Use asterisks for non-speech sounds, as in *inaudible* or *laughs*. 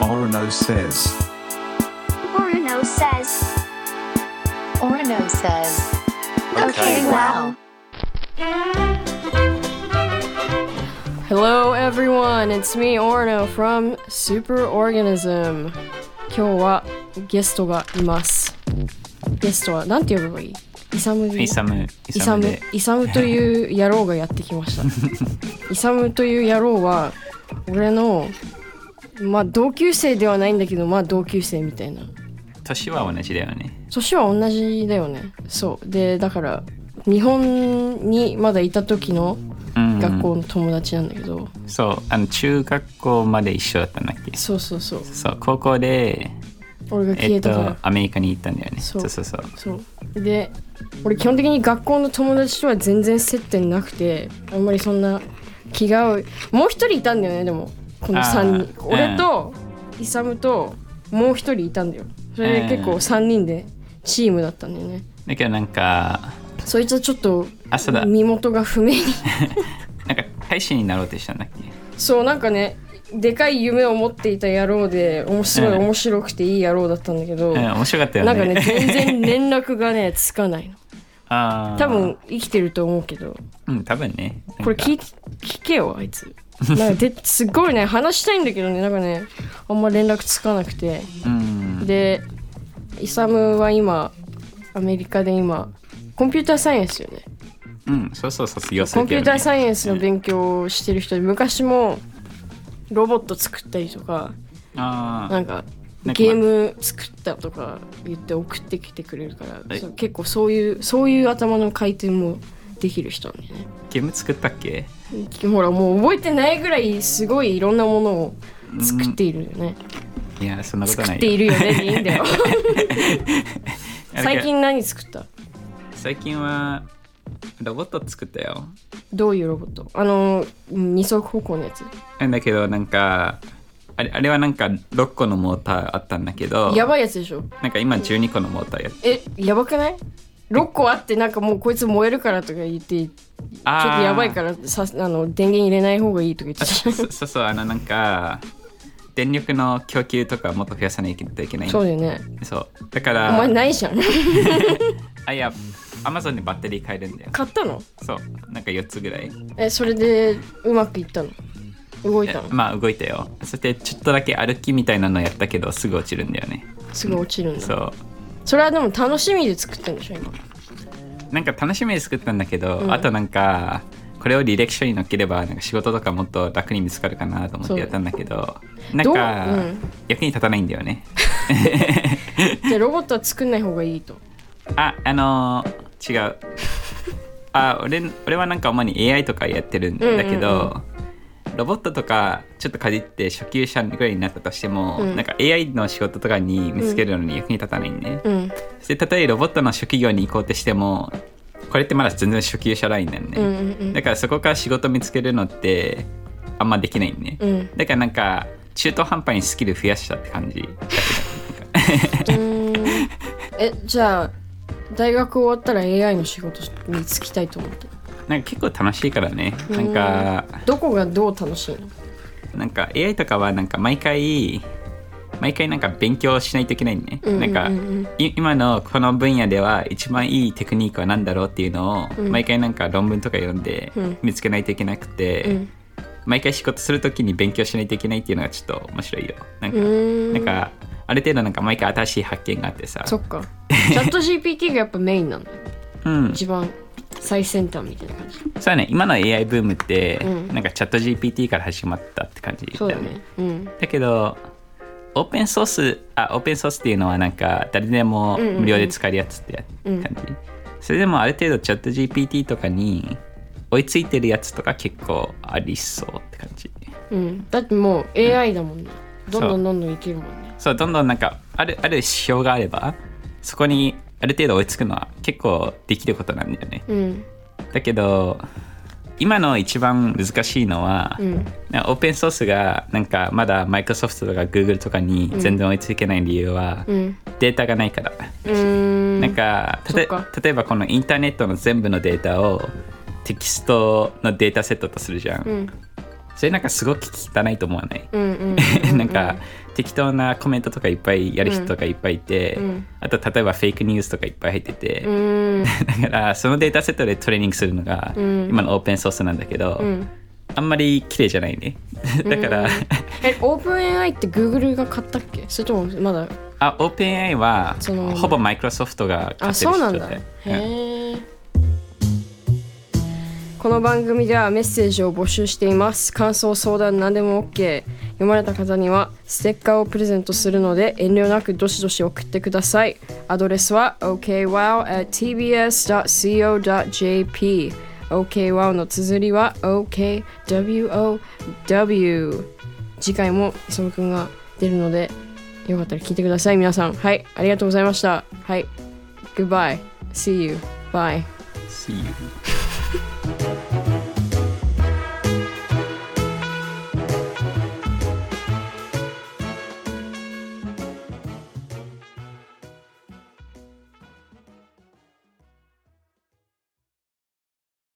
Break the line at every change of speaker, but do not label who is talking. Orono says.
Orono says.
Orono says.
Okay, wow.
Hello everyone, it's me Orno from Superorganism 今日はゲストがいますゲストはなんて呼べばいいイサムでいい
イサム、イ
イサ
サム
ム
で。
イサムという野郎がやってきました
*laughs*
イサムという野郎は俺のまあ同級生ではないんだけどまあ同級生みたいな
年は同じだよね。
年は同じだよねそうでだから日本にまだいた時の
うん
学校の友達なんだけど、
そう、あの中学校まで一緒だったんだっけ
そうそうそう
そう、高校で、
俺が消
え
え
った
から、
と、アメリカに行ったんだよね。
そ
そううそうそう。
そうで俺基本的に学校の友達とは全然接点なくてあんまりそんな気が合うもう一人いたんだよねでもこの
あー
3人
うん
俺とイサムともう一人いたんだよそれで結構
うん
3人でチームだったんだよね
だけどなんか、 *laughs*
そいつはちょっと
あ、そうだ、なん
身元が不明に *laughs*
か大使になろうとしたんだっけ
そうなんかねでかい夢を持っていた野郎でおもすごい
うん
面白くていい野郎だったんだけど、
うん、面白かったよ
な
ね。
んかね全然連絡がねつかないの
*laughs* あー
多分、生きてると思うけど
うん、多分ね。なんか
これ聞い聞けよあいつなんか
*laughs*
ですごいね話したいんだけどねなんかねあんま連絡つかなくて
うん。
でイサムは今アメリカで今コンピューターサイエンスよね
うん、そうそう、卒業す
コ
る
ンピ
け
ュ
ど
ー
ね
ターサイエンスの勉強をしてる人で昔もロボット作ったりとか
あ
なんか
なんか
ゲーム作ったとか言って送ってきてくれるから、
はい
そう結構そういうそういう頭の回転もできる人なんだよね
ーゲーム作ったっけ
ほらもう覚えてないぐらいすごいいろんなものを作っているよね、
いや、そんなことない
作っているよね
*laughs*
でいいんだよ最
最近
近何作った
最近は、ロボット作ったよ。
どういうロボットあのうん二足歩行のやつ
なんだけどなんかあれあれはなんか6個のモーターあったんだけど
やばいやつでしょ
なんか今12個のモーターやって
えやばくない ?6 個あってなんかもうこいつ燃えるからとか言ってちょっとやばいかららさあの電源入れない方がいいとか言って
そ *laughs*
た
そそうそうあのなんか電力の供給とかもっと増やさないといけない
そうだよね
そうだか
お
ら
前ないじゃん
あいやアマゾンでバッテリー買えるんだよ
買ったの
そうなんか4つぐらい
えそれでうまくいったの動い
え
たの
まあ動いたよそしてちょっとだけ歩きみたいなのやったけどすぐ落ちるんだよね
すぐ落ちるん
そ
だ
う
それはでも楽しみで作ってんでしょ今
なんか楽しみに作ったんだけど、あとなんかこれを履歴書に載っければなんか仕事とかもっと楽に見つかるかなと思っ
そう
てやったんだけ *laughs* どなん
どう
か、
うん
役に立たないんだよ *laughs* ね
じゃあロボットは作んない方がいいと。
ああのー違うあ俺俺はなんか主に AI とかやってるんだけど、ロボットとかちょっとかじって初級者ぐらいになったとしても、なんか AI の仕事とかに見つけるのに役に立たないんで、
うん。
そして例えばロボットの職業に行こうとしてもこれってまだ全然初級者ラインなんで、
うんうんうん
だからそこから仕事見つけるのってあんまできないんね、
うん
だからなんか中途半端にスキル増やしたって感じだけ
え、じゃあ、大学終わったら AI の仕事に就きたいと思って。
どなんか結構楽しいからねなんか
どこがどう楽しいの
なんか AI とかはなんか毎回毎回なんか勉強しないといけないんね、なんかい今のこの分野では一番いいテクニックは何だろうっていうのを毎回なんか論文とか読んで見つけないといけなくて、毎回仕事するときに勉強しないといけないっていうのがちょっと面白いよなんかなんかある程度なんか毎回新しい発見があってさ
そっ *laughs* か。チャット GPT がやっぱメインなの。
うん
一番最先端みたいな感じ。
そうだね今の AI ブームって、なんかチャット GPT から始まったって感じだよ
そうだね。うん。
だけどオープンソースあオープンソースっていうのはなんか誰でも無料で使えるやつってや感じ、それでもある程度チャット GPT とかに追いついてるやつとか結構ありそうって感じ
うん。だってもう AI だもんね。どんど
そ
ん
う
どんどんいけるもんね。
そうどんどんなんかあるある指標があればそこにある程度追いつくのは結構できることなんだよね、
うん。
だけど今の一番難しいのは、なんかオープンソースがなんかまだマイクロソフトとかグーグルとかに全然追いつけない理由は、データがないか
う
ら、
ーん。
なんかたと
そっか
例えばこのインターネットの全部のデータをテキストのデータセットとするじゃん、それなんかすごく汚いと思わない *laughs*
うんうんうんうん
なんか適当なコメントとかいっぱいやる人がいっぱいいて、
うん
あと例えばフェイクニュースとかいっぱい入ってて、
うん
*laughs* だからそのデータセットでトレーニングするのが
うん
今のオープンソースなんだけど、
うん
あんまり綺麗じゃないねだから、
*laughs* えオープン AI って Google が買ったっけそれともまだ
あオープン AI は
その
ほぼマイクロソフトが
あ
買ってる
そうな
人
ん
で
だへ
うん
え、この番組ではメッセージを募集しています感想相談何でも OK 読まれた方にはステッカーをプレゼントするので遠慮なくどしどし送ってくださいアドレスは okwow.tbs.co.jp OKWOW の綴りは OKWOW 次回も磯くんが出るのでよかったら聞いてください皆さんはいありがとうございましたはい Goodbye. See you. Bye.
See you.